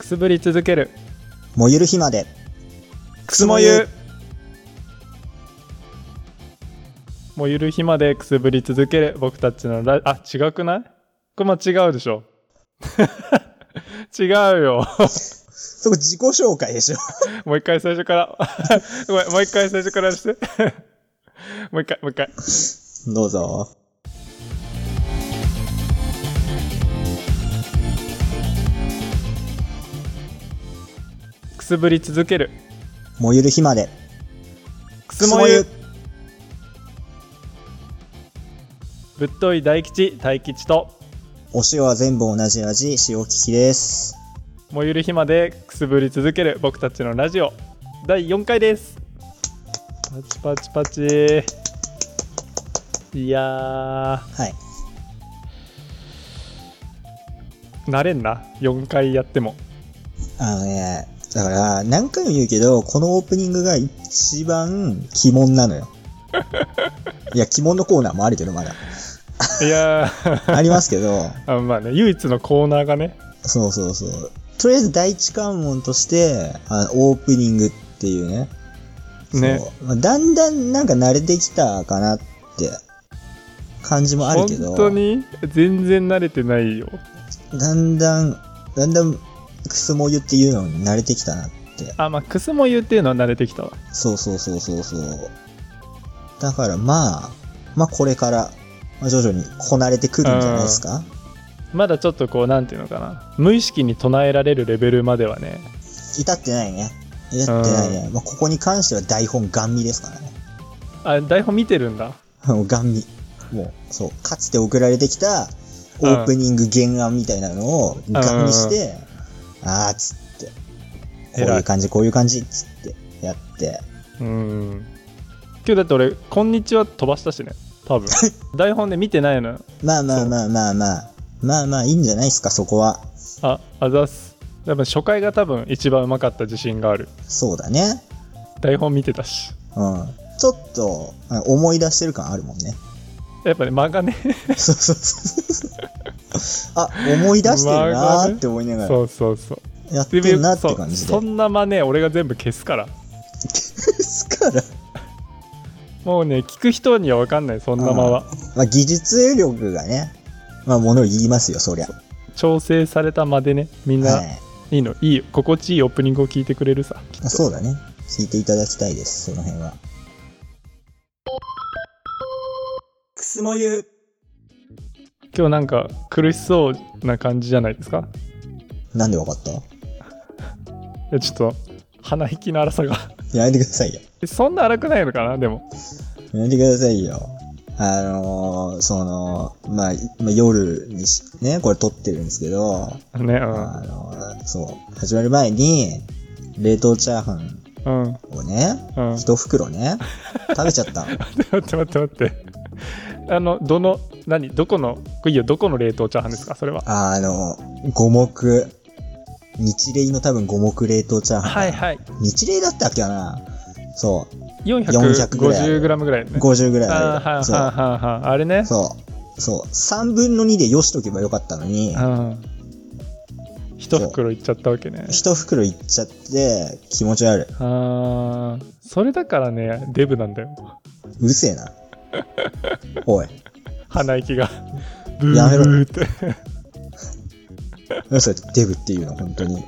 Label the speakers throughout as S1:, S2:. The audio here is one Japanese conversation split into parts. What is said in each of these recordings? S1: すぶり続ける
S2: もゆる日まで。
S1: くすもゆもゆる日までくすぶり続ける僕たちのラあ違くないこれも違うでしょ 違うよ
S2: そこ自己紹介でしょ。
S1: もう一回最初から ごめんもう一回最初からして もう一回もう一回
S2: どうぞ。
S1: くすぶり続ける
S2: もゆる日まで。
S1: くすもゆぶっとい大吉大吉と
S2: お塩は全部同じ味、塩利きです。
S1: もうゆる日までくすぶり続ける僕たちのラジオ第4回ですパチパチパチいや
S2: はい。
S1: ー慣れんな4回やっても
S2: あのね、だから、何回も言うけど、このオープニングが一番鬼門な のよ。いや、鬼門のコーナーもあるけど、まだ。
S1: いやー
S2: ありますけど、
S1: あまあね唯一のコーナーがね
S2: そうそうそう。とりあえず第一関門として、あのオープニングっていうね。
S1: ね
S2: そう。まあだんだんなんか慣れてきたかなって感じもあるけど、
S1: 本当に全然慣れてないよ
S2: だんだん、だんだんクスモ湯っていうのに慣れてきたなって。
S1: あまあくすもゆっていうのは慣れてきたわ
S2: そうそうそうそうそう。だからまあ、まあこれから、まあ徐々にこなれてくるんじゃないですか。
S1: まだちょっとこうなんていうのかな無意識に唱えられるレベルまではね
S2: 至ってないね。至ってないね。まあここに関しては台本ガン見ですからね。
S1: あ台本見てるんだ
S2: もうガン見。もう、そう。かつて送られてきたオープニング原案みたいなのをガン見して、あーっつって、こう
S1: 偉
S2: い
S1: いう
S2: 感じ、こういう感じっつってやって。
S1: うん今日だって俺「こんにちは」飛ばしたしね多 分台本で見てないのよ
S2: まあま
S1: そ
S2: あ
S1: う
S2: まあまあまあ、まあまあいいんじゃないですか、そこは。
S1: ああざっす多分初回が多分一番うまかった自信がある
S2: そうだね。
S1: 台本見てたし
S2: うん。ちょっとあ思い出してる感あるも んね。
S1: やっぱね間がね
S2: そうそうそう。あ、思い出してるなーって思いながら
S1: そうそうそう
S2: やってるなって感じで。
S1: そうそんな間ね俺が全部消すから
S2: ですから、
S1: もうね聞く人には分かんないそんな間は
S2: まあ、技術力がね、まあ、ものを言いますよ、そりゃ。
S1: 調整された間でねみんな、、
S2: はいい。
S1: いのいいよ心地いいオープニングを聞いてくれるさきっと
S2: そうだね。聞いていただきたいです、その辺は。くすもゆ
S1: 今日なんか苦しそうな感じじゃないですか
S2: なんでわかった
S1: いやちょっと鼻息の荒さが
S2: やめてくださいよ。
S1: そんな荒くないのかなでも
S2: やめてくださいよ。あのー、その、まあ、まあ、夜にし、ね、これ撮ってるんですけど、
S1: ね
S2: あのー、そう、始まる前に、冷凍チャーハン
S1: うん うん
S2: をね、
S1: うん
S2: 一袋 ね、食べちゃったの。
S1: 待って待って待ってあのどの何どこのいいよどこの冷凍チャーハンですかそれは
S2: あの、五目、日霊の多分五目冷凍チャーハン。
S1: はいはい
S2: 日霊だったっけかなそう、400ぐらいあ
S1: 450g
S2: る
S1: ぐらいぐらいね
S2: 50ぐらい
S1: あー
S2: あ る。
S1: はいはい
S2: そう、
S1: はいはいあれね
S2: そう、そう、3分の2でよしとけばよかったのに、
S1: うん一袋いっちゃったわけね
S2: 一袋いっちゃって、気持ち悪い。
S1: あーそれだからねデブなんだよ
S2: うるせえ な。おい、
S1: 鼻息 がブ
S2: やめろ
S1: ーって
S2: 何それデブっていうの、本当に。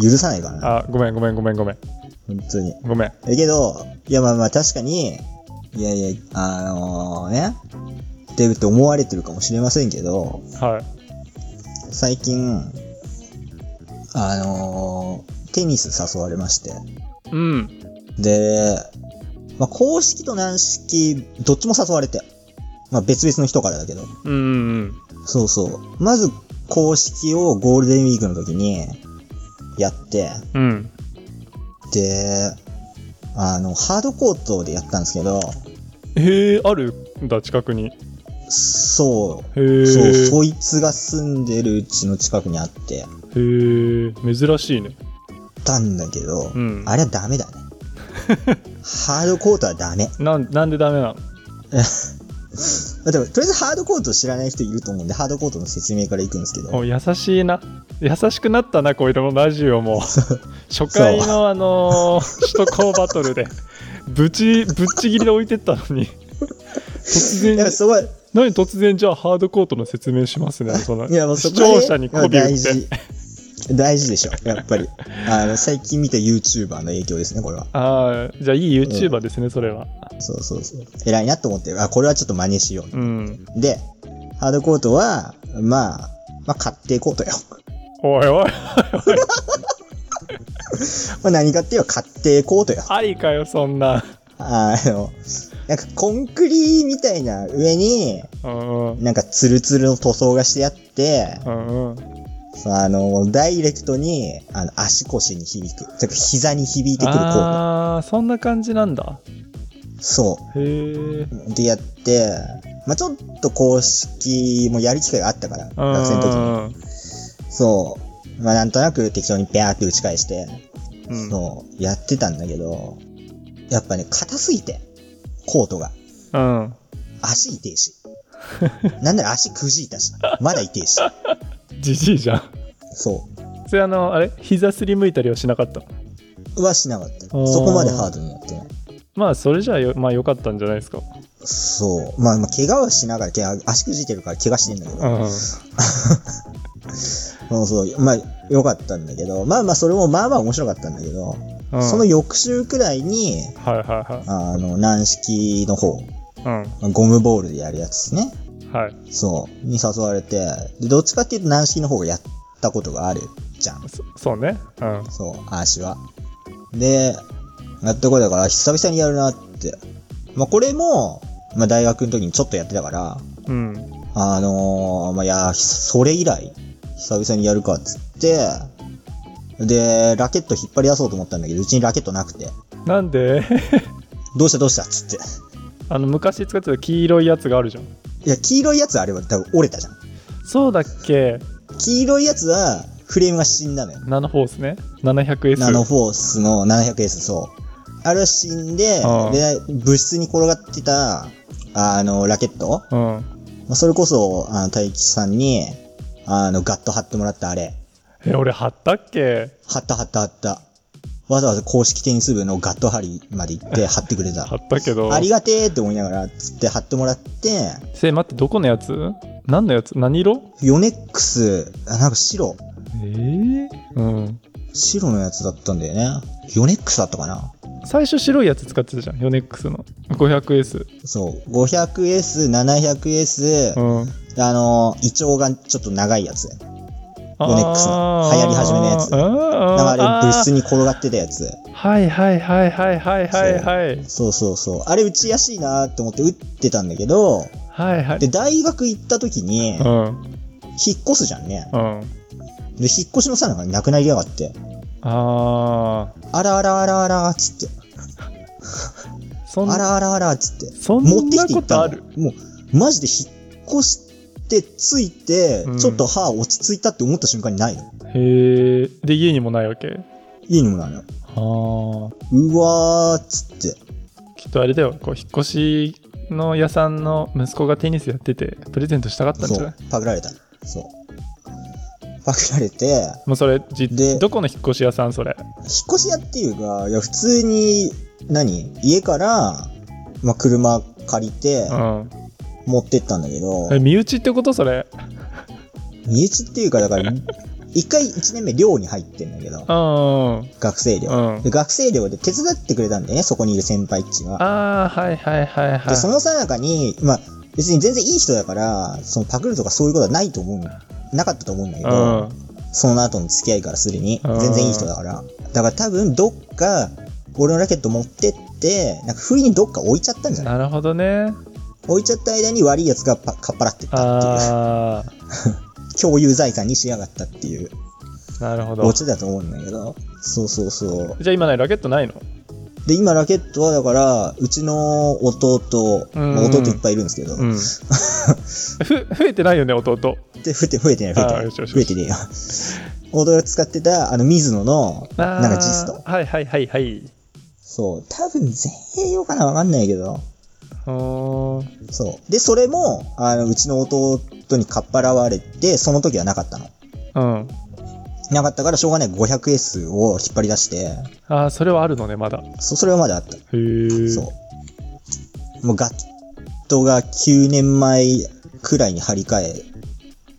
S2: 許さないからな、
S1: あごめんごめんごめんごめん
S2: 本当に。
S1: ごめん
S2: だけど、いやまあまあ確かに、いやいや、あのね、デブって思われてるかもしれませんけど、
S1: はい
S2: 最近、あのーテニス誘われまして。
S1: うん
S2: で、まあ、公式と軟式、どっちも誘われて。まあ、別々の人からだけど。
S1: うんうん
S2: そうそう。まず、公式をゴールデンウィークの時に、やって、
S1: うん
S2: で、あの、ハードコートでやったんですけど、
S1: へえあるんだ近くに
S2: そう、
S1: へえ
S2: そう、そいつが住んでるうちの近くにあって、
S1: へえ珍しいね
S2: たんだけど、
S1: うん
S2: あれはダメだね。ハードコートはダメ。
S1: なんなんでダメなの
S2: まあでも、とりあえずハードコート知らない人いると思うんで、ハードコートの説明からいくんですけど、
S1: もう優しいな優しくなったなこういうのラジオ も初回のあのー首都高バトルでぶちぶっちぎりで置いてったのに突
S2: いや、
S1: 然
S2: そこは、
S1: 何突然じゃあハードコートの説明しますねその
S2: いや、もうそ
S1: 視
S2: こはね
S1: 聴者に媚び打
S2: 大
S1: って
S2: 事。大事でしょ、やっぱり。あの、最近見た YouTuber の影響ですね、これは。
S1: ああじゃあいい YouTuber ですねそれは
S2: そうそうそう。偉いなと思って、あ、これはちょっと真似しよう
S1: うん
S2: で、ハードコートは、まあ、まあ、買っていこうとよ。
S1: おいおい
S2: まあ、何かっていうか買っていこうとよ。
S1: ありかよそんな
S2: あの、なんかコンクリみたいな上に、
S1: うんうん
S2: なんかツルツルの塗装がしてあって、
S1: うんうん
S2: あの、ダイレクトに、あの、足腰に響く。てか膝に響いてくるコー
S1: ああそんな感じなんだ
S2: ト。そ
S1: へえ
S2: う。でやって、まあ、ちょっと公式もやる機会があったから、学生の時に。そう。まあ、なんとなく適当にペアって打ち返して、
S1: うん
S2: そう、やってたんだけど、やっぱね、硬すぎて、コートが。
S1: うん
S2: 足痛 いし。なんなら足くじいたし。まだ痛いし。
S1: じじいじゃん
S2: そ
S1: それあのあれ膝すりむいたりはしなかった
S2: う。はしなかった。そ
S1: おー
S2: こまでハードになってない。
S1: まあそれじゃあよまあよかったんじゃないですか
S2: そう。まあ、まあ、怪我はしながら、怪我足くじいてるから怪我してんだけど。
S1: うん
S2: そうそう。まあ、よかったんだけど。まあまあ、それもまあまあ面白かったんだけど、
S1: うん
S2: その翌週くらいに、
S1: はいはいは
S2: あの、軟式の方、
S1: いうん
S2: ゴムボールでやるやつですね。
S1: はい
S2: そう。に誘われて、で、どっちかっていうと軟式の方がやったことがあるじゃん。
S1: そそうねうん
S2: そう、足は。で、やったことだから、久々にやるなって。まあ、これも、まあ、大学の時にちょっとやってたから、
S1: うん
S2: あのー、まあ、いや、ひそれ以来、久々にやるかっつって、で、ラケット引っ張り出そうと思ったんだけど、うちにラケットなくて、
S1: なんで
S2: どうしたどうしたっつって。
S1: あの昔使ってた黄色いやつがあるじゃん
S2: いや、黄色いやつあれは多分折れたじゃん。
S1: そうだっけ
S2: 黄色いやつは、フレームが死んだのよ。
S1: ナノフォースね 700S
S2: ナノフォースの 700S、そう。あれは死んで
S1: うん、
S2: で、物質に転がってた、あの、ラケット
S1: うん
S2: まあそれこそ、あの、大吉さんに、あの、ガッと貼ってもらったあれ。
S1: え俺貼ったっけ
S2: 貼った貼った貼った。わざわざ公式テニス部のガット貼りまで 行って貼ってくれた
S1: 貼。ったけど
S2: ありがてえって思いながら、つって貼ってもらって、
S1: せ待ってどこのやつ何のやつ何色
S2: ヨネックス、あなんか白、
S1: ええうん
S2: 白のやつだったんだよね。ヨネックスだったかな
S1: 最初白いやつ使ってたじゃんヨネックスの 500S
S2: そう。500S、700S、
S1: うん
S2: あの、胃腸がちょっと長いやつ。
S1: ヨ
S2: ネックスの流行り始めのやつなんかあれ、物質に転がってたやつ。
S1: はいはいはいはいはいはいはい。
S2: そうそうそう。あれ打ちやすいなーって思って打ってたんだけど、
S1: はいはい。
S2: で、大学行った時に
S1: う、ん。
S2: 引っ越すじゃんね。
S1: うん。
S2: で、引っ越しのさなんかなくなりやがって、
S1: あー。
S2: あらあらあらあらっつって、
S1: そん
S2: あらあらあらっつって、
S1: そん
S2: 持ってき
S1: な
S2: てい
S1: こ
S2: った
S1: と
S2: の
S1: ある
S2: もう、マジで引っ越して、ついて
S1: うん、
S2: ちょっと歯落ち着いたって思った瞬間にないの。
S1: へえ。で、家にもないわけ
S2: 家にもないの。
S1: あー。
S2: うわーっつって、
S1: きっとあれだよ。こう、引っ越しの屋さんの息子がテニスやってて、プレゼントしたかったんじ
S2: そ、
S1: ゃないう
S2: パクられた。そう。パクられて、
S1: もうそれ、じ
S2: で
S1: どこの引っ越し屋さんそれ。
S2: 引っ越し屋っていうか、いや、普通に、何家から、まあ、車借りて
S1: う、ん。
S2: 持ってったんだけど、
S1: え、身内ってことそれ。
S2: 身内っていうか、だから、一回一年目寮に入ってんだけ
S1: う、
S2: ど
S1: ん。うん。
S2: 学生寮。で学生寮で手伝ってくれたんだよね、そこにいる先輩っちが。
S1: あー、はいはいはいは
S2: で、そ
S1: い。
S2: の最中に、まあ、別に全然いい人だから、そのパクるとかそういうことはないと思う、なかったと思うんだけ
S1: う
S2: ど、
S1: ん。
S2: その後の付き合いからするに、
S1: うん
S2: 全然いい人だから。だから多分どっか、俺のラケット持ってって、なんか不意にどっか置いちゃったんじゃない
S1: なるほどね。
S2: 置いちゃった間に悪い奴がパかっぱらってったっていう。
S1: あ
S2: 共有財産にしやがったっていう、
S1: ー。なるほど
S2: オ。チだと思うんだけど。そうそうそう。
S1: じゃあ今ないラケットないの
S2: で、今ラケットはだから、うちの弟、
S1: うん
S2: まあ弟いっぱいいるんですけど、
S1: うん。ふ増えてないよね、弟。
S2: で、増えて、増えてない、増えて
S1: あー
S2: ない。
S1: よしよし
S2: 増えてねえよ。弟が使ってた、あの、水野の、
S1: あー
S2: なんかジスト。
S1: はいはいはいはい。
S2: そう、多分全英用かなわかんないけど、
S1: ーん。
S2: そう。で、それも、あの、うちの弟にかっぱらわれて、その時はなかったの。
S1: うん。
S2: なかったから、しょうがない 500S を引っ張り出して、
S1: ああ、それはあるのね、まだ。
S2: そ、それはまだあった。
S1: へえ。
S2: そう。もうガットが9年前くらいに張り替え、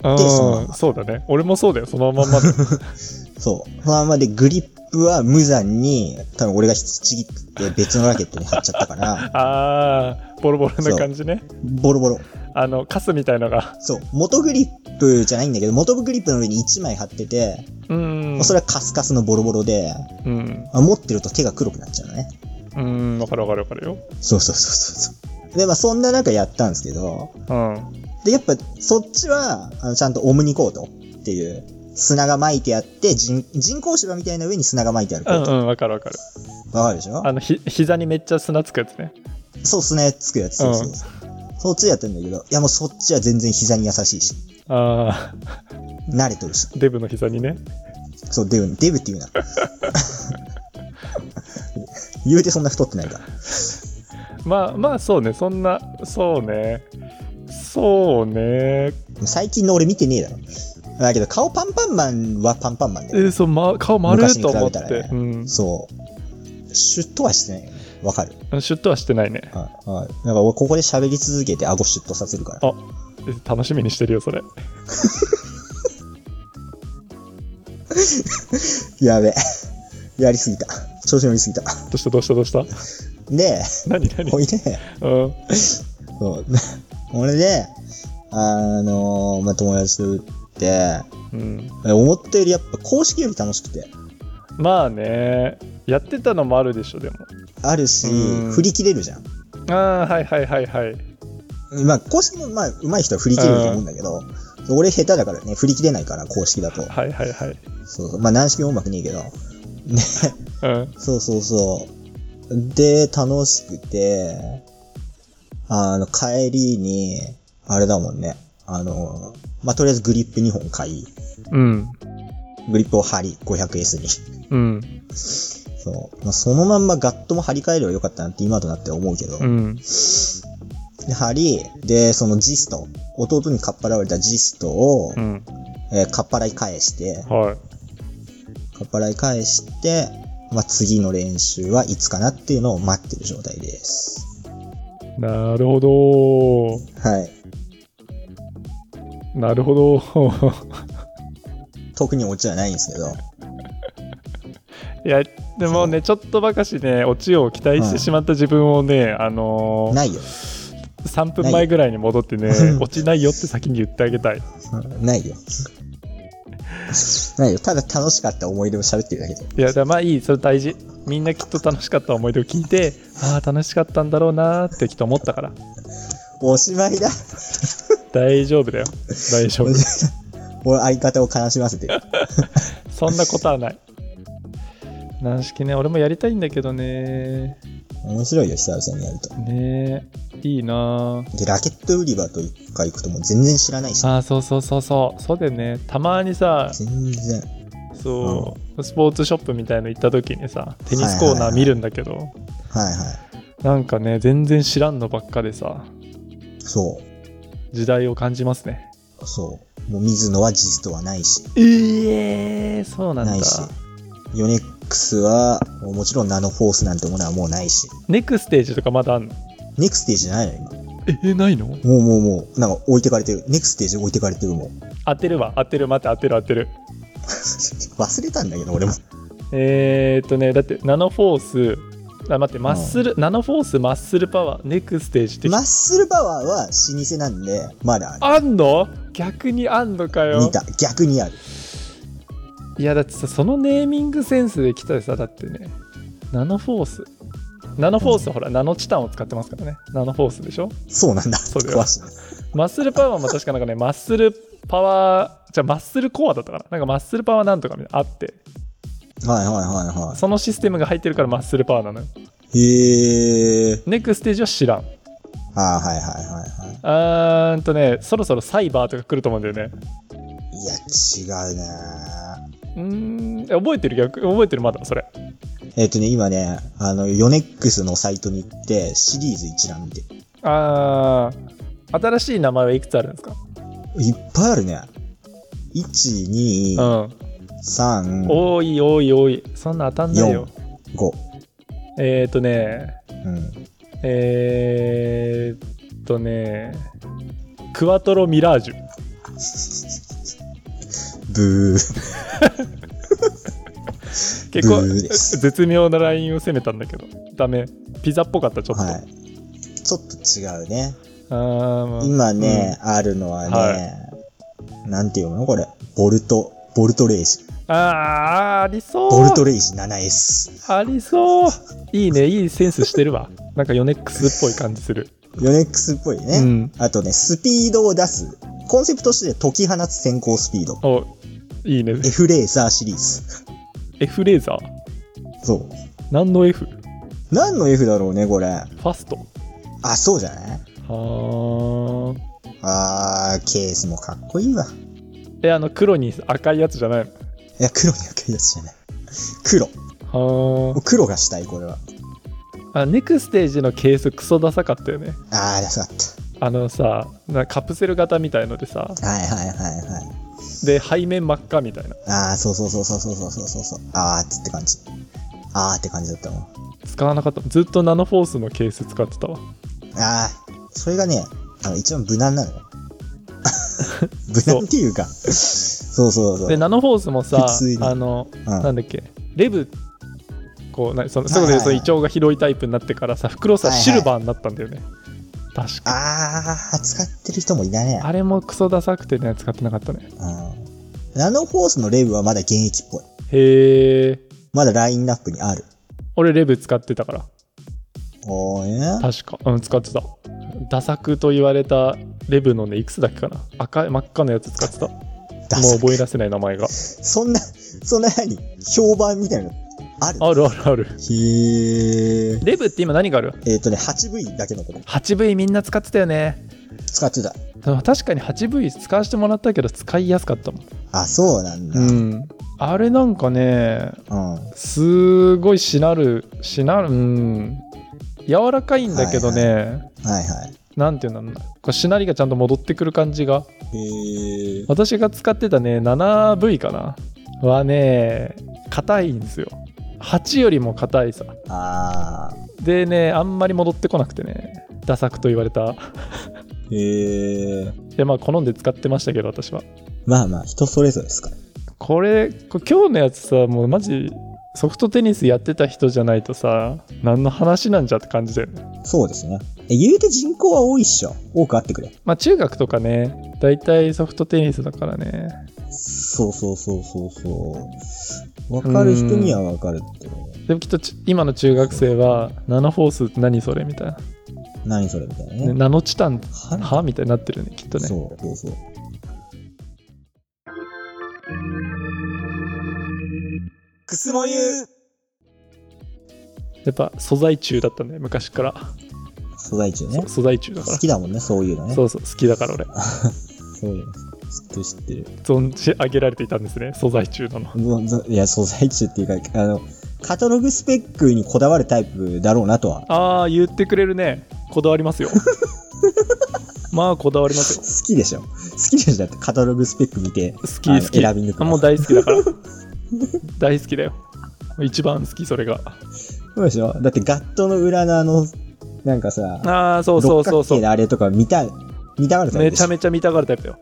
S1: うん
S2: でそのまま
S1: そうだね。俺もそうだよ、そのまん まで。
S2: そう。そのままでグリップは無残に、多分俺がひっちぎって別のラケットに貼っちゃったから、
S1: ああ、ボロボロな感じね。
S2: ボロボロ。
S1: あの、カスみたいのが。
S2: そう。元グリップじゃないんだけど、元グリップの上に1枚貼ってて、
S1: うん。
S2: それはカスカスのボロボロで、
S1: うん。
S2: まあ持ってると手が黒くなっちゃうのね。
S1: うん、わかるわかるわかるよ。
S2: そうそうそうそうそう。で、まあそんな中やったんですけど、
S1: うん。
S2: で、やっぱそっちは、あの、ちゃんとオムニコートっていう、砂が巻いてあって、人人工芝みたいな上に砂が巻いてあるコ
S1: うん
S2: ー
S1: う
S2: ト。わ、
S1: ん、わかるわかる。
S2: かるでしょ
S1: あの、ひ、膝にめっちゃ砂つくやつね。
S2: そう、砂つくやつ。そうそうそう。そっちでやってんだけど、いやもうそっちは全然膝に優しいし、
S1: ああ、
S2: 慣れてるし。
S1: デブの膝にね。
S2: そう、デブ、デブって言うな。 言うてそんな太ってないから。
S1: まあまあ、そうね、そんな、そうね。そうね。
S2: 最近の俺見てねえだろ。だけど顔パンパンマンはパンパンマンだよ。
S1: え、そう、ま、顔丸いと思って。
S2: 昔に比べたら
S1: う
S2: ね
S1: ん。
S2: そう。シュッとはしてないよね。わかる。
S1: シュッとはしてないね。
S2: はい。はい。だから俺ここで喋り続けて顎シュッとさせるから。
S1: あえ楽しみにしてるよ、それ。
S2: やべえ。 やりすぎた。調子乗りすぎた。
S1: どうした、どうした、どうした。
S2: で、
S1: 何、何。
S2: ほいで、
S1: うん。
S2: そう。 俺で、あのまあ、友達と打って、
S1: うん。
S2: 思ったよりやっぱ公式より楽しくて、
S1: まあね。やってたのもあるでしょ、でも。
S2: あるし
S1: うん、
S2: 振り切れるじゃん。
S1: ああ、はいはいはいはい。
S2: まあ、公式も、まあ、上手い人は振り切れると思うんだけど、俺下手だからね、振り切れないから、公式だと。
S1: はいはいはい。
S2: そうそう。まあ、軟式もうまくねえけど。ね、
S1: うん。
S2: そうそうそう。で、楽しくて、あの、帰りに、あれだもんね。あの、まあ、とりあえずグリップ2本買い、
S1: うん。
S2: グリップを貼り、500S に。
S1: うん。
S2: そう。まあ、そのまんまガットも張り替えればよかったなって今となっては思うけど。
S1: うん。
S2: で、張り、で、そのジスト、弟にかっぱらわれたジストを、
S1: うん。
S2: えーかっぱらい返して、
S1: はい。
S2: かっぱらい返して、まあ、次の練習はいつかなっていうのを待ってる状態です。
S1: なるほど。
S2: はい。
S1: なるほど。
S2: 特にオチはないんですけど。
S1: いや、でもね、ちょっとばかしね、オチを期待してしまった自分をね、あのー
S2: ないよ。
S1: 3分前ぐらいに戻ってね
S2: ないよ、
S1: 落ちないよって先に言ってあげたい。
S2: ないよ。ないよ。ただ楽しかった思い出を喋ってるだけで。
S1: いや、だからまあいい、それ大事。みんなきっと楽しかった思い出を聞いて、ああ、楽しかったんだろうなーってきっと思ったから。
S2: おしまいだ。
S1: 大丈夫だよ。大丈夫。
S2: 俺相方を悲しませてる。
S1: そんなことはない。軟式ね、俺もやりたいんだけどね。
S2: 面白いよ、久々にやると。
S1: ねえ、いいなー
S2: で、ラケット売り場とか行くともう全然知らないし。
S1: ああ、そうそうそうそう。そうだよね。たまにさ、
S2: 全然。
S1: そう、スポーツショップみたいの行った時にさテニスコーナー見るんだけど、
S2: はいは
S1: なんかね全然知らんのばっかでさ
S2: い。そ
S1: 時代を感じますね
S2: う。そう。もう水野はジストはないし。
S1: ええそうな
S2: ないし。ヨネックスは、もちろんナノフォースなんてものはもうないし。
S1: ネクステージとかまだあんの
S2: ネクステージじゃないの今。
S1: ええないの
S2: もうもうもう、なんか置いてかれてる。ネクステージ置いてかれてるもん。
S1: 当てるわ当てる待って当てる当てる
S2: 忘れたんだけど、俺も。
S1: えー、っとねだってナノフォースあ待ってマッスル、ナノフォースマッスルパワーネクステージって
S2: マッスルパワーは老舗なんで、まだある。
S1: あんの逆にあんのかよ
S2: 見た。逆にある。
S1: いやだってさそのネーミングセンスで来たさだってねナノフォースナノフォース、ほらナノチタンを使ってますからねナノフォースでしょ
S2: そうなんだ。
S1: そうだよ
S2: 詳しいね。
S1: マッスルパワーも確かなんかねマッスルパワーじゃあマッスルコアだったかななんかマッスルパワーなんとかみたいなのあって
S2: はいはいはいは
S1: そのシステムが入ってるからマッスルパワーなのよ
S2: い。へー。
S1: ネクステージは知らん
S2: あーはいはいはいは
S1: あーんとねそろそろサイバーとか来ると思うんだよね
S2: い。いや、違うな
S1: うーんえ覚えてる逆覚えてるまだそれ
S2: えっ、とね、今ね、あの、ヨネックスのサイトに行って、シリーズ一覧見てる。
S1: ああ、新しい名前はいくつあるんですか
S2: いっぱいあるね。1、2、
S1: うん。
S2: 3、
S1: 多い、多い、多い。そんな当たんないよ。
S2: 5。
S1: えっ、ー、とね、
S2: うん。
S1: えー、っとね、クワトロ・ミラージュ。
S2: ブー。
S1: 結構
S2: ブーで す
S1: 絶妙なラインを攻めたんだけど、ダメ。ピザっぽかった、ちょっと。
S2: はい。ちょっと違うね。
S1: あーまあ
S2: 今ね、あるのはね、
S1: は
S2: なんて読むのこれ。ボルト、ボルトレイジ。
S1: うんあー、ありそう。
S2: ボルトレイジ 7S。
S1: ありそう。いいね、いいセンスしてるわ。 なんかヨネックスっぽい感じする。
S2: ヨネックスっぽいね。
S1: うん
S2: あとね、スピードを出す。コンセプトとして解き放つ先行スピード。
S1: お、いいね。
S2: F レーザーシリーズ。
S1: F レーザー
S2: そう。
S1: 何の F? フ
S2: 何の F だろうね、これ。
S1: ァスト。
S2: あ、そうじゃない
S1: はー。
S2: あー、ケースもかっこいいわ。
S1: え、あの黒に赤いやつじゃない
S2: いや、黒に赤いやつじゃない。黒。
S1: のは
S2: 黒がしたい、これは。
S1: ー。あ、ネクステージのケースクソダサかったよね。
S2: あー、ダサかっ
S1: あのさ、なカプセル型みたいのでさ、
S2: た。はいはいはいはい。
S1: で、背面真っ赤みたいな。
S2: ああ、そうそうそうそうそうそうそうそうそう。あーっつって感じ。あーって感じだったもん。
S1: 使わなかった。ずっとナノフォースのケース使ってたわ。
S2: あー、それがね、あの、一番無難な のよ。無難っていうか。そうそうそう。
S1: で、ナノフォースもさ
S2: 普通、に
S1: あの、
S2: ん
S1: なんだっけ、レブ、こう、なそのそこ
S2: は
S1: で
S2: いはい
S1: そ
S2: は
S1: の
S2: い
S1: 胃腸が広いタイプになってからさ、袋さ、
S2: はいはい
S1: シルバーになったんだよね。確か。
S2: あー、使ってる人もいないね。
S1: あれもクソダサくてね、使ってなかったね。
S2: うん。ナノフォースのレブはまだ現役っぽい。
S1: へえ。
S2: まだラインナップにある。
S1: 俺レブ使ってたから。
S2: おーね。
S1: 確か。うん、使ってた。ダサくと言われたレブのね、いくつだっけかな。赤い、真っ赤のやつ使ってた。も
S2: ダ
S1: う
S2: サ
S1: 覚え出せない名前が。
S2: そんな、そんな何評判みたいなのある
S1: あるあるある。
S2: へえ。
S1: レブって今何がある
S2: えっ、とね、8V だけのこと
S1: ?8V みんな使ってたよね。
S2: 使ってた。
S1: 確かに 8V 使わせてもらったけど使いやすかったもん。
S2: あ、そうなんだ。
S1: うん。あれなんかね、
S2: うん。
S1: すごいしなる、しなる、うん。柔らかいんだけどね、
S2: はいは
S1: なんていうんだろうな。こうしなりがちゃんと戻ってくる感じが。
S2: い。へえ。
S1: 私が使ってたね 7V かなはね硬いんですよ8よりも硬いさ
S2: あ
S1: でねあんまり戻ってこなくてねダサくと言われた
S2: ー。へえ。
S1: でまあ好んで使ってましたけど私は
S2: まあまあ、人それぞれですか
S1: これこれ今日のやつさもうマジソフトテニスやってた人じゃないとさ何の話なんじゃって感じだよね
S2: ら。そうですね。え言うて人口は多いっしょ。多くあってくれ。
S1: まあ中学とかね大体ソフトテニスだからね
S2: そうそうそうそうそう。わかる人にはわかるって。
S1: でもきっとち今の中学生はナノフォースって何それみたいな、
S2: 何それみたいなね。
S1: ねナノチタン
S2: は
S1: はみたいになってるねきっとね
S2: そうそうそう。くすもゆう
S1: やっぱ素材中だったんだよ昔から、
S2: 素材中ね
S1: そ。素材中だか
S2: 好きだもんね、そういうの
S1: ら
S2: ね。
S1: そうそう好きだから俺
S2: そうよ。知ってる知ってる。
S1: 存じ上げられていたんですね素材中なの
S2: ぞぞいや、素材中っていうか、あの、カタログスペックにこだわるタイプだろうなとは。
S1: ああ言ってくれるねこだわります よまあこだわりますよ
S2: 好きでしょ。好きでしょ。だってカタログスペック見て、
S1: 好
S2: あ
S1: き
S2: の
S1: 好き
S2: 選び抜く
S1: あ
S2: の
S1: もう大好きだから大好きだよ一番好きそれが
S2: そうでしょ。だってガットの裏のあの、なんかさ、
S1: ああそうそうそう
S2: 六角
S1: そ
S2: 形の
S1: う
S2: あれとか見た、見たがるタイプ
S1: め
S2: で
S1: ち
S2: しょ
S1: ゃめちゃ見たがるタイプだよ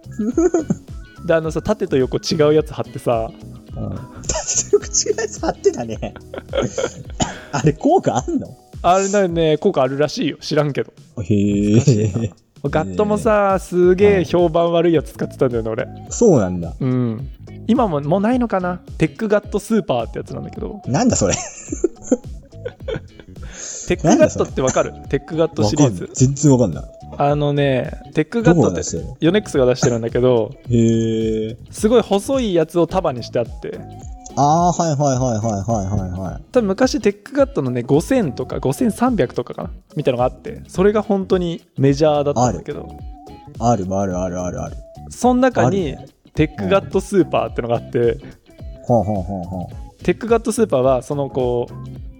S1: であのさ縦と横違うやつ貼ってさ
S2: うん。だってよく違うやつ貼ってたね。 あれ効果あんの
S1: あれなんかね効果あるらしいよ知らんけど
S2: へえ。
S1: ガットもさすげえ評判悪いやつ使ってたんだよね俺
S2: そうなんだ。
S1: うん、今ももうないのかなテックガットスーパーってやつなんだけど
S2: なんだそれ。
S1: テックガットってわかるテックガットシリー
S2: わ
S1: ズ
S2: かん全然わかんない。
S1: あのねテックガ
S2: ど
S1: ッ
S2: こ
S1: ト
S2: が
S1: っ
S2: 出
S1: て
S2: してるの
S1: ヨネックスが出してるんだけど
S2: へえ。
S1: すごい細いやつを束にしてあって
S2: ああ、はいはいはいはいはいはいはい。
S1: 多分昔テックガットのね5000とか5300とかかなみたいなのがあってそれが本当にメジャーだったんだけど
S2: あるあるあるあるある。
S1: その中
S2: あ
S1: にテックガットスーパーってのがあって
S2: ほんほんほんほん。
S1: テックガットスーパーはそのこ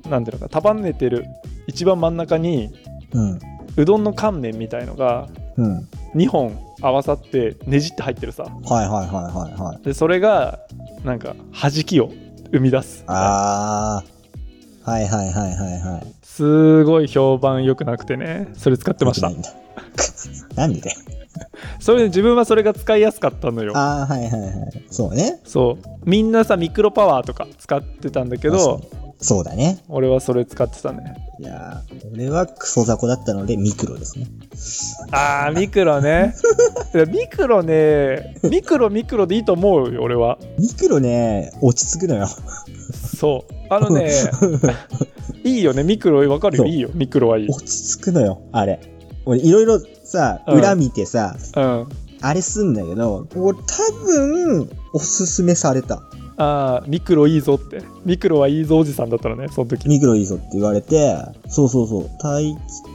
S1: うなんていうのか束ねてる一番真ん中に
S2: うん。
S1: うどんの乾麺みたいのが
S2: うん。
S1: 2本合わさってねじって入ってるさ
S2: はいはいはいはいはい。
S1: でそれがなんか弾きを生み出す
S2: あー。はいはいはいはいはい。
S1: すごい評判良くなくてねそれ使ってました
S2: 良くないんだ なんでだよ
S1: それで自分はそれが使いやすかったのよ
S2: あーはいはいはい。そうね。
S1: そうみんなさミクロパワーとか使ってたんだけど
S2: 確そうだね。
S1: 俺はそれ使ってたね
S2: いやー、俺はクソ雑魚だったのでミクロですね。
S1: あーミクロねいやミクロねミクロミクロでいいと思うよ俺は
S2: ミクロね、落ち着くのよ。
S1: そうあの ねいいよねミクロわかるよ
S2: そう
S1: いいよミクロはいい
S2: 落ち着くのよ、あれ。俺いろいろさ、
S1: うん
S2: 裏見てさ、
S1: うん
S2: あれすんだけど、俺多分、おすすめされた。
S1: ああミクロいいぞってミクロはいいぞおじさんだったのねその時
S2: ミクロいいぞって言われて、そうそうそう、大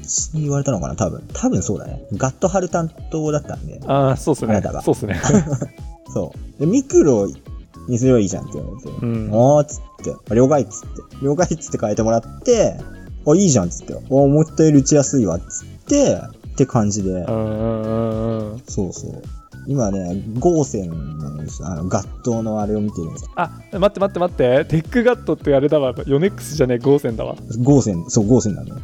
S2: 吉に言われたのかな、多分。多分そうだね。ガットハル担当だったんで、
S1: ああそうっす
S2: あ
S1: ね
S2: なたが
S1: そうっすね
S2: そう。で、ミクロにすればいいじゃんって言われて、
S1: うん
S2: おーっつって、あ了解っつって、了解っつって変えてもらって、あ、いいじゃんっつって、あ、思ったより打ちやすいわっつって、って感じで、
S1: うんうんうんうん
S2: そうそう。今ね、ゴーセンのですあの、合刀のあれを見てるんですよ。
S1: あ待って待って待ってテックガットってあれだわヨネックスじゃねえゴーセンだわ
S2: ゴーセン、そう、ゴーセンなのよ。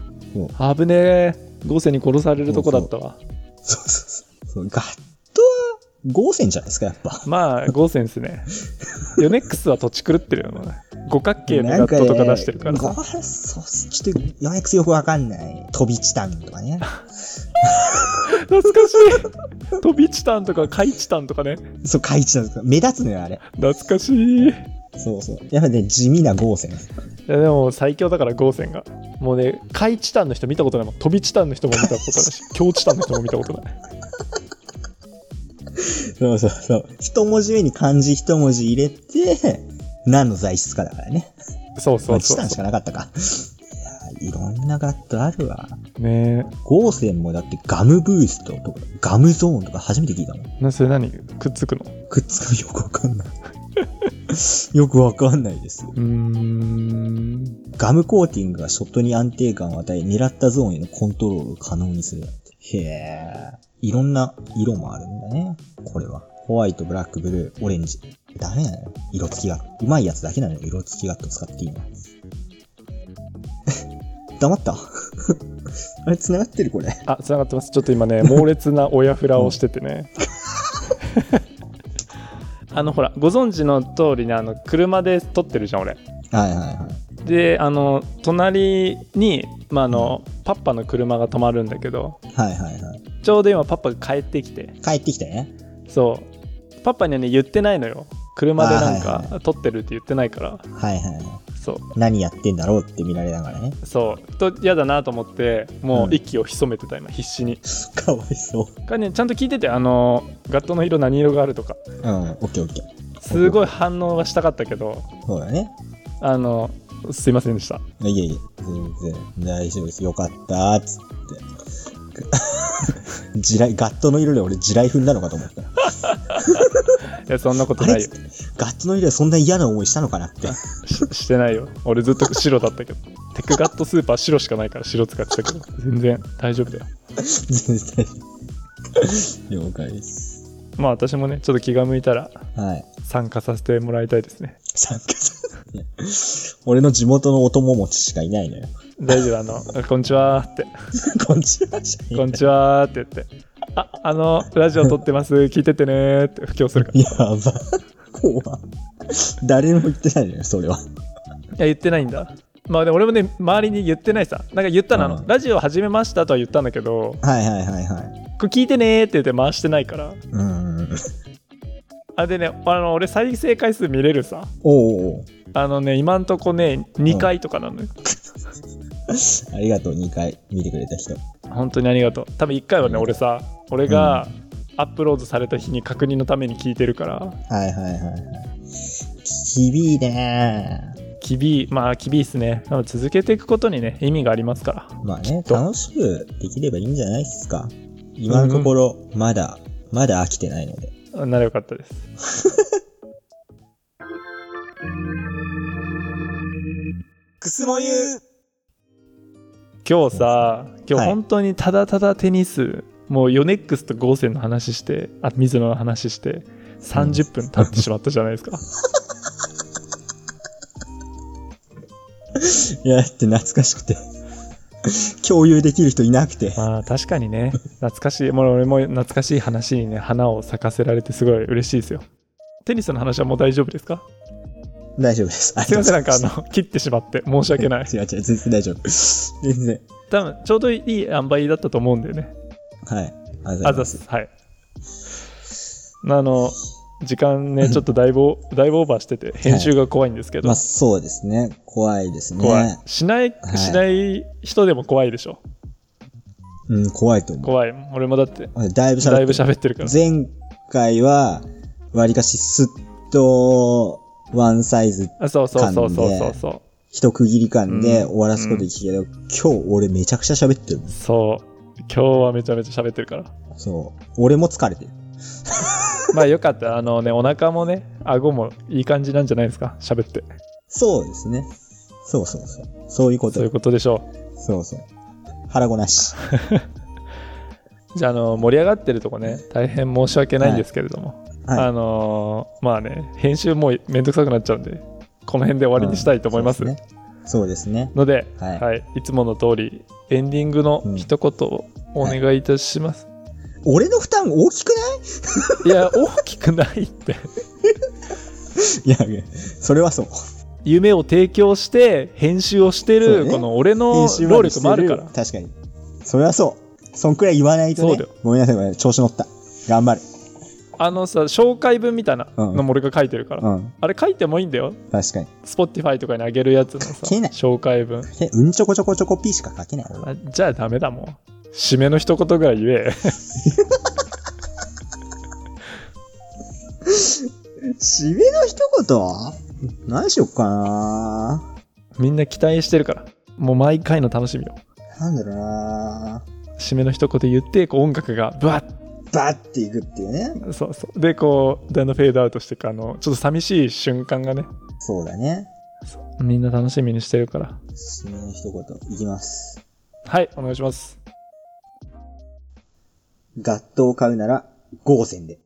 S2: そう
S1: 危ねえゴーセンに殺されるとこだったわ
S2: そうそうそう。そう合刀は、ゴーセンじゃないですか、やっぱ。
S1: まあゴーセンっすねヨネックスは土地狂ってるよね五角形のガットとか出してるから
S2: なん
S1: さ
S2: ねゴーそうそう、ちょっと、ヨネックスよくわかんない。飛びチタンとかね。
S1: 懐かしい飛びチタンとかカイチタンとかね
S2: そう、カイチタンとか。目立つのよ、あれ。
S1: 懐かしいい
S2: そうそう。やっぱね、地味なゴーセン。
S1: やでも最強だからゴーセンがもうねカイチタンの人見たことないもん飛びチタンの人も見たことない し強チタンの人も見たことない
S2: そうそうそう。一文字目に漢字一文字入れて、何の材質かだからね。
S1: そうそ
S2: まあ
S1: う
S2: チ
S1: そ
S2: タンし
S1: う
S2: かなかったか。いやーいろんなガットあるわ。
S1: ね
S2: ゴーセンもだってガムブーストとか、ガムゾーンとか初めて聞いたもん。
S1: えなそれ何くっつくの
S2: くっつくよくわかんない。よくわかんない です。
S1: うーん
S2: ガムコーティングがショットに安定感を与え、狙ったゾーンへのコントロールを可能にするだって。へえ。いろんな色もあるんだね。これは。ホワイト、ブラック、ブルー、オレンジ。ダメなのよ。色付きが。うまいやつだけなのよ。色付きガット使っていいのは。 黙った あれ、繋がってるこれ。
S1: あ繋がってますちょっと今ね猛烈な親フラをしててね あのほらご存知の通りねあの車で撮ってるじゃん俺
S2: はいはいはい。
S1: であの隣に、まあ、あのパッパの車が止まるんだけど
S2: はいはいはい。
S1: ちょうど今パッパが帰ってきて
S2: 帰ってきたね。
S1: そうパパにはね言ってないのよ車でなん
S2: あーはい
S1: か撮ってるって言ってないから
S2: はいはいは
S1: そ
S2: い。何やってんだろうって見られながらね。
S1: うそうと嫌だなと思っても
S2: う
S1: うん息を潜めてた今必死に
S2: かわいそう。
S1: かねちゃんと聞いててあのガットの色何色があるとか
S2: うん、オッケーオッケー。
S1: すごい反応はしたかったけど
S2: そうだね。
S1: あのすいませんでした
S2: いえいえ、全然大丈夫です。よかったーっつって。 地雷、ガットの色で俺地雷踏んだのかと思った。
S1: いやそんなこと
S2: あ
S1: な
S2: れ
S1: いよ
S2: ガットの色でそんな嫌な思いしたのかなって。
S1: ししてないよ俺ずっと白だったけどテクガットスーパー白しかないから白使ってたけど全然大丈夫だよ
S2: 全然大丈夫。了解です。
S1: まあ私もねちょっと気が向いたら
S2: はい。
S1: 参加させてもらいたいですね
S2: 参加する。俺の地元のお友持ちしかいないのよ。
S1: 大丈夫あの「こんにちは」って
S2: こんにちはじゃ
S1: 「
S2: ね
S1: こんにちは」って言って「ああのラジオ撮ってます聞いてってね」って布教するから
S2: えやば。怖誰にも言ってないのよ、それは。
S1: いや言ってないんだまあでも俺もね周りに言ってないさなんか言ったなの、
S2: うん
S1: ラジオ始めましたとは言ったんだけど
S2: はいはいはいはい。
S1: 「これ聞いてね」って言って回してないから
S2: うん。
S1: あでねあの俺再生回数見れるさ
S2: おうおう
S1: あのね今んとこね2回とかなのよ、
S2: ありがとう、2回見てくれた人。
S1: 本当にありがとう多分1回はね
S2: うん
S1: 俺さ俺がアップロードされた日に確認のために聞いてるから
S2: はいはいはいはい。厳いね
S1: きびまあきびいっすね多分続けていくことにね意味がありますから
S2: まあね、
S1: と
S2: 楽しくできればいいんじゃないですか。今のところ、まだ、まだ飽きてないので。
S1: あならよかったです
S2: くすもゆう
S1: 今日さ今
S2: は
S1: 日
S2: い
S1: 本当にただただテニス、もうヨネックスとゴーセンの話してあ水野の話して30分経ってしまったじゃないですか
S2: いや、だって懐かしくて。共有できる人いなくて。
S1: まあ確かにね懐かしいもう俺も懐かしい話にね花を咲かせられてすごい嬉しいですよテニスの話はもう大丈夫ですか
S2: 大丈夫です。
S1: すいません なんかあ
S2: の、
S1: の切ってしまって申し訳ない
S2: 違う違う、全然大丈夫。全然。
S1: 多分ちょうどいい塩梅だったと思うんだよね
S2: はい。あ
S1: あざ。す。はい。あの、時間ね、ちょっとだいぶ、だいぶオーバーしてて、編集が怖いんですけど、
S2: まあ、そうですね。怖いですね。
S1: 怖い。しない、
S2: はい
S1: しない人でも怖いでしょ。
S2: うん、怖いと思
S1: 怖い。俺もだって、
S2: う。だいぶ喋
S1: だいぶ
S2: ってる
S1: 喋ってるから。
S2: 前回は、わりかしすっと、ワンサイズ、
S1: あそうそうそうそうそうそう。
S2: 一区切り感で
S1: うん
S2: 終わらすことできるけど、今日俺めちゃくちゃ喋ってるもん。
S1: そう。今日はめちゃめちゃ喋ってるから。
S2: そう。俺も疲れてる。
S1: まあよかった。あのね、お腹もね、顎もいい感じなんじゃないですか。喋って。
S2: そうですね。そうそうそう。そういうこ
S1: そ
S2: と
S1: うい
S2: よ
S1: うことでしょ
S2: そうそう。腹ごなし。
S1: う。じゃあ、あの、盛り上がってるとこね、大変申し訳ないんですけれども。
S2: は
S1: あのーまあね編集もうめんどくさくなっちゃうんでこの辺で終わりにしたいと思います,、
S2: うんそうですね。
S1: ので、
S2: そうですねはい
S1: はい、いつもの通りエンディングの一言をお願いいたします、
S2: 俺の負担大きくな
S1: い、
S2: い
S1: や大きくないって
S2: いや、いやそれはそう。
S1: 夢を提供して編集をして
S2: そう
S1: る、
S2: ね
S1: この俺の
S2: 編集ま
S1: 労
S2: でし
S1: 力
S2: て
S1: もあるから
S2: 確かに。それはそう。そんくらい言わないと
S1: そう
S2: ね
S1: だよ。
S2: ごめんなさい、ごめんなさい。調子乗った。頑張る。
S1: あのさ紹介文みたいなのも俺が書いてるから、
S2: うん。
S1: あれ書いてもいいんだよ
S2: 確かに。
S1: Spotify とかにあげるやつのさ
S2: 書けない
S1: 紹介文
S2: え、うんちょこちょこちょこピーしか書けない。俺は
S1: あじゃあダメだもん締めの一言ぐらい言え
S2: 締めの一言は何しよっかな
S1: みんな期待してるから。もう毎回の楽しみを。
S2: なんだろうな
S1: 締めの一言言って、こう音楽がブワッ
S2: バッていくっていうね。
S1: そうそう。で、こう、だんだんフェードアウトしていく、あの、ちょっと寂しい瞬間がね、
S2: そうだね。
S1: みんな楽しみにしてるから。
S2: 締めの一言いきます。
S1: はい、お願いします。
S2: ガットを買うなら、ゴーセンで。